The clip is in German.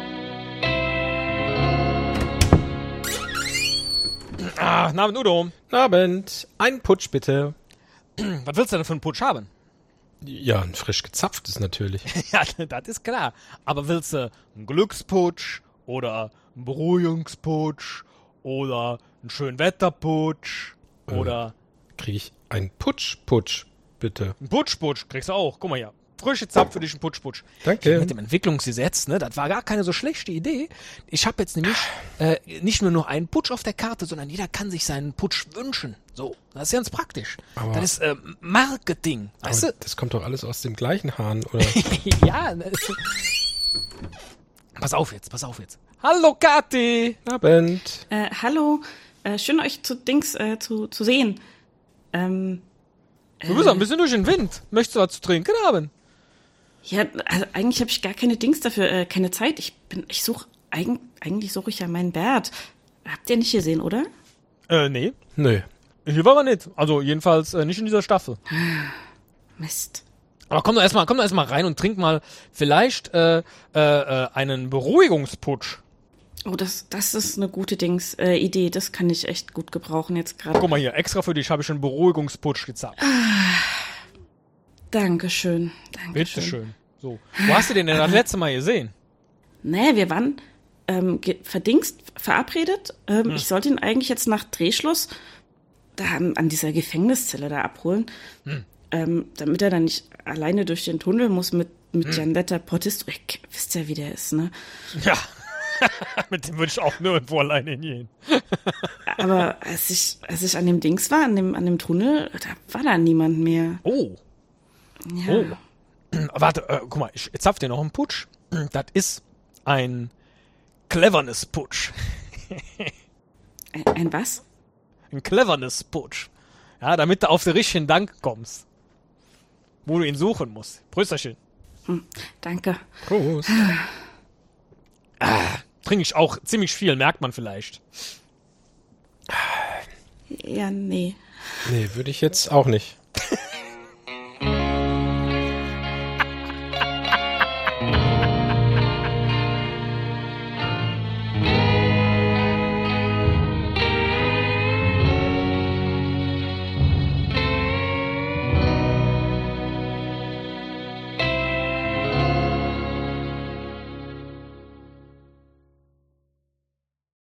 Ja, Ah, Namen Udo. Guten Abend. Ein Putsch bitte. Was willst du denn für einen Putsch haben? Ja, ein frisch gezapftes natürlich. Ja, das ist klar. Aber willst du einen Glücksputsch oder einen Beruhigungsputsch oder einen Schönwetterputsch Äh. oder Kriege ich ein Putsch-Putsch bitte. einen Putschputsch? Kriegst du auch. Guck mal hier. Frische Zapf für dich einen Putschputsch. Danke. Mit dem Entwicklungsgesetz, ne, das war gar keine so schlechte Idee. Ich habe jetzt nämlich äh, nicht nur noch einen Putsch auf der Karte, sondern jeder kann sich seinen Putsch wünschen. So, das ist ganz praktisch. Aber- das ist äh, Marketing, weißt Aber du? das kommt doch alles aus dem gleichen Hahn, oder? ja. Ne? pass auf jetzt, pass auf jetzt. Hallo Kathi. Guten Abend. Äh, hallo, äh, schön euch zu Dings äh, zu, zu sehen. Ähm, Du bist auch ein bisschen durch den Wind. Möchtest du was zu trinken haben? ja, also eigentlich habe ich gar keine Dings dafür, äh, keine Zeit. Ich bin, ich suche eigen, eigentlich suche ich ja meinen Bert. Habt ihr nicht gesehen, oder? Äh, nee. Nö. Hier war er nicht. Also jedenfalls äh, nicht in dieser Staffel. Mist. Aber komm doch erstmal, komm doch erstmal rein und trink mal vielleicht äh, äh, äh, einen Beruhigungsputsch. Oh, das, das ist eine gute Dings äh, Idee. Das kann ich echt gut gebrauchen jetzt gerade. Guck mal hier, extra für dich habe ich einen Beruhigungsputsch gezapft. Dankeschön. Dankeschön. Bitteschön. So. Wo hast du den denn das letzte Mal gesehen? Nee, wir waren ähm, ge- verdingst verabredet. Ähm, Ich sollte ihn eigentlich jetzt nach Drehschluss da an, an dieser Gefängniszelle da abholen, ähm, damit er dann nicht alleine durch den Tunnel muss mit, mit Gianletta Pottisto. Ihr k- wisst ja, wie der ist, ne? Ja. Mit dem würde ich auch nirgendwo alleine hingehen. Aber als ich, als ich an dem Dings war, an dem, an dem Tunnel, da war da niemand mehr. Oh. Ja. Oh. Warte, äh, guck mal, ich zapf dir noch einen Putsch. Das ist ein Cleverness-Putsch. Ein, ein was? Ein Cleverness-Putsch. Ja, damit du auf den richtigen Dank kommst. Wo du ihn suchen musst. Prösterchen. Danke. Prost. Trinke ich auch ziemlich viel, merkt man vielleicht. Ja, nee. Nee, würde ich jetzt auch nicht.